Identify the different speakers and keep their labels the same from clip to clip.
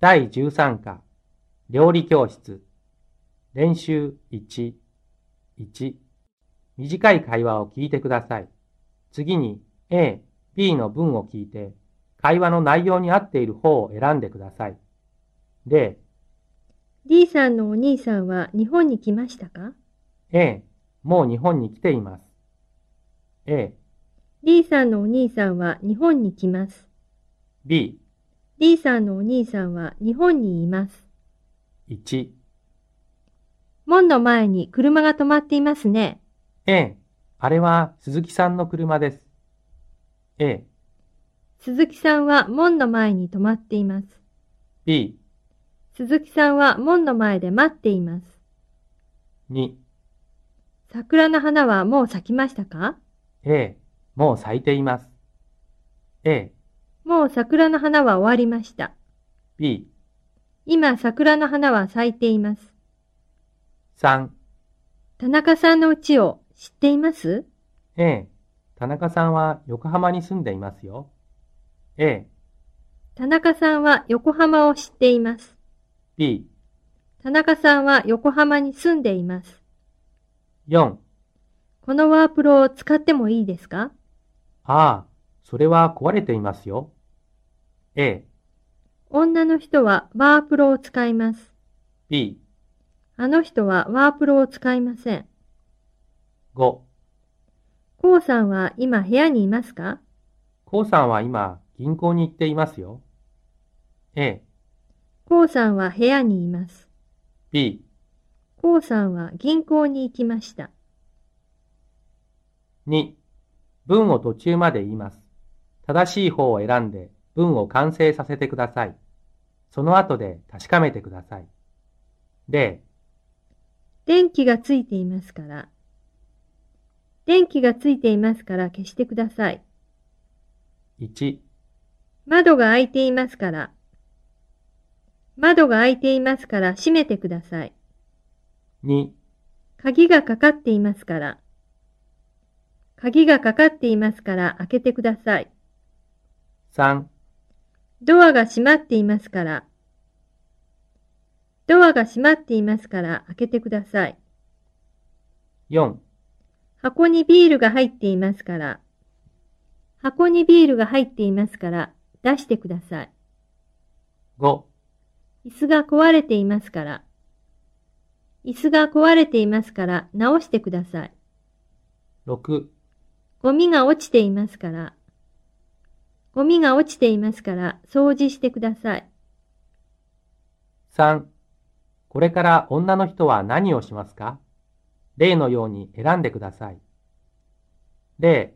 Speaker 1: 第13課、料理教室。練習1、1。短い会話を聞いてください。次に A、B の文を聞いて、会話の内容に合っている方を選んでください。例、
Speaker 2: D さんのお兄さんは日本に来ましたか
Speaker 1: A、もう日本に来ています。A、
Speaker 2: ?D さんのお兄さんは日本に来ます。
Speaker 1: B、
Speaker 2: D さんのお兄さんは日本にいます。
Speaker 1: 1。
Speaker 2: 門の前に車が止まっていますね。
Speaker 1: A、あれは鈴木さんの車です。A、
Speaker 2: 鈴木さんは門の前に止まっています。
Speaker 1: B、
Speaker 2: 鈴木さんは門の前で待っています。
Speaker 1: 2。
Speaker 2: 桜の花はもう咲きましたか
Speaker 1: A、もう咲いています。A、
Speaker 2: もう桜の花は終わりました。
Speaker 1: B、
Speaker 2: 今桜の花は咲いています。
Speaker 1: 3。
Speaker 2: 田中さんの家を知っています
Speaker 1: A、田中さんは横浜に住んでいますよ。A、
Speaker 2: 田中さんは横浜を知っています。
Speaker 1: B、
Speaker 2: 田中さんは横浜に住んでいます。
Speaker 1: 4。
Speaker 2: このワープロを使ってもいいですか
Speaker 1: ああ、それは壊れていますよ。A、
Speaker 2: 女の人はワープロを使います。
Speaker 1: B、
Speaker 2: あの人はワープロを使いません。
Speaker 1: 5。
Speaker 2: こうさんは今部屋にいますか
Speaker 1: こうさんは今、銀行に行っていますよ。A、
Speaker 2: こうさんは部屋にいます。
Speaker 1: B、
Speaker 2: こうさんは銀行に行きました。
Speaker 1: 2。文を途中まで言います。正しい方を選んで文を完成させてください。その後で確かめてください。例、
Speaker 2: 電気がついていますから。電気がついていますから消してください。
Speaker 1: 1、
Speaker 2: 窓が開いていますから。窓が開いていますから閉めてください。
Speaker 1: 2、
Speaker 2: 鍵がかかっていますから。鍵がかかっていますから開けてください。
Speaker 1: 3、
Speaker 2: ドアが閉まっていますから。ドアが閉まっていますから開けてください。
Speaker 1: 4、
Speaker 2: 箱にビールが入っていますから。箱にビールが入っていますから出してください。
Speaker 1: 5、
Speaker 2: 椅子が壊れていますから。椅子が壊れていますから直してください。
Speaker 1: 6、
Speaker 2: ゴミが落ちていますから。ゴミが落ちていますから掃除してください。
Speaker 1: 3これから女の人は何をしますか例のように選んでください。例、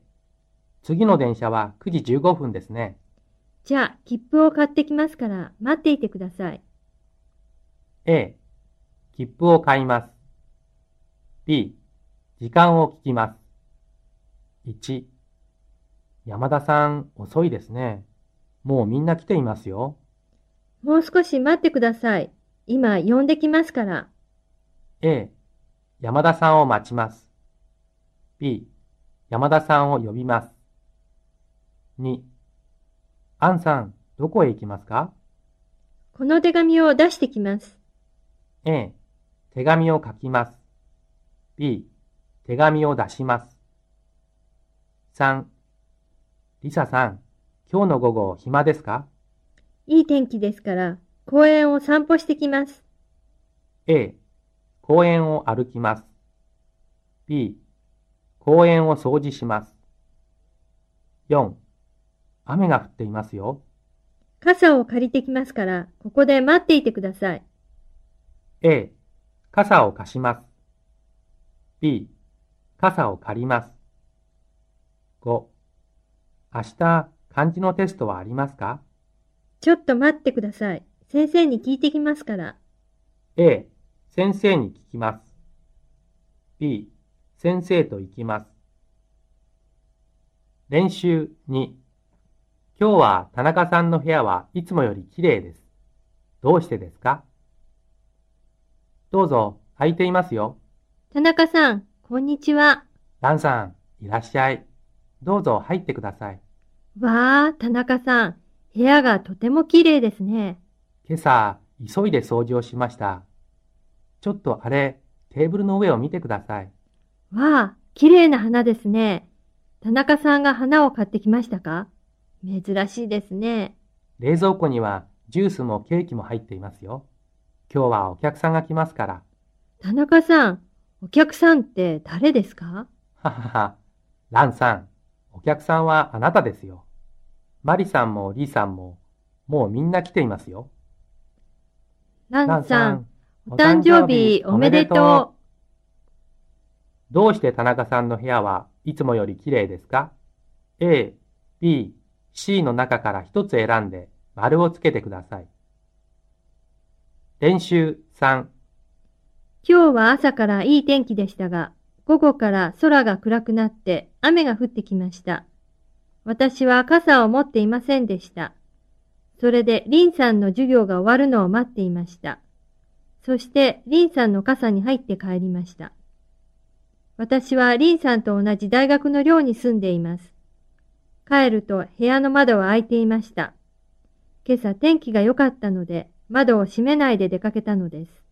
Speaker 1: 次の電車は9時15分ですね。
Speaker 2: じゃあ、切符を買ってきますから待っていてください。
Speaker 1: A、切符を買います。B、時間を聞きます。1、山田さん遅いですね。もうみんな来ていますよ。
Speaker 2: もう少し待ってください。今呼んできますから。
Speaker 1: A、山田さんを待ちます。B、山田さんを呼びます。2、アンさん、どこへ行きますか
Speaker 2: この手紙を出してきます。
Speaker 1: ?A、手紙を書きます。B、手紙を出します。3、リサさん、今日の午後暇ですか
Speaker 2: いい天気ですから、公園を散歩してきます。
Speaker 1: ?A、公園を歩きます。B、公園を掃除します。4、雨が降っていますよ。
Speaker 2: 傘を借りてきますから、ここで待っていてください。
Speaker 1: A、傘を貸します。B、傘を借ります。5、明日、漢字のテストはありますか
Speaker 2: ちょっと待ってください。先生に聞いてきますから。
Speaker 1: ?A、先生に聞きます。B、先生と行きます。練習2、今日は田中さんの部屋はいつもより綺麗です。どうしてですかどうぞ、空いていますよ。
Speaker 2: 田中さん、こんにちは。
Speaker 1: ランさん、いらっしゃい。どうぞ入ってください。
Speaker 2: わあ、田中さん、部屋がとても綺麗ですね。
Speaker 1: 今朝、急いで掃除をしました。ちょっとあれ、テーブルの上を見てください。
Speaker 2: わあ、綺麗な花ですね。田中さんが花を買ってきましたか珍しいですね。
Speaker 1: 冷蔵庫にはジュースもケーキも入っていますよ。今日はお客さんが来ますから。
Speaker 2: 田中さん、お客さんって誰ですか
Speaker 1: ははは。ランさん、お客さんはあなたですよ。マリさんもリさんも、もうみんな来ていますよ。
Speaker 2: ランさん、お誕生日おめで
Speaker 1: う。
Speaker 2: と
Speaker 1: どうして田中さんの部屋はいつもより綺麗ですか ?A、B、C の中から一つ選んで丸をつけてください。練習3、
Speaker 2: う。今日は朝からいい天気でしたが、午後から空が暗くなって雨が降ってきました。私は傘を持っていませんでした。それでリンさんの授業が終わるのを待っていました。そしてリンさんの傘に入って帰りました。私はリンさんと同じ大学の寮に住んでいます。帰ると部屋の窓は開いていました。今朝天気が良かったので窓を閉めないで出かけたのです。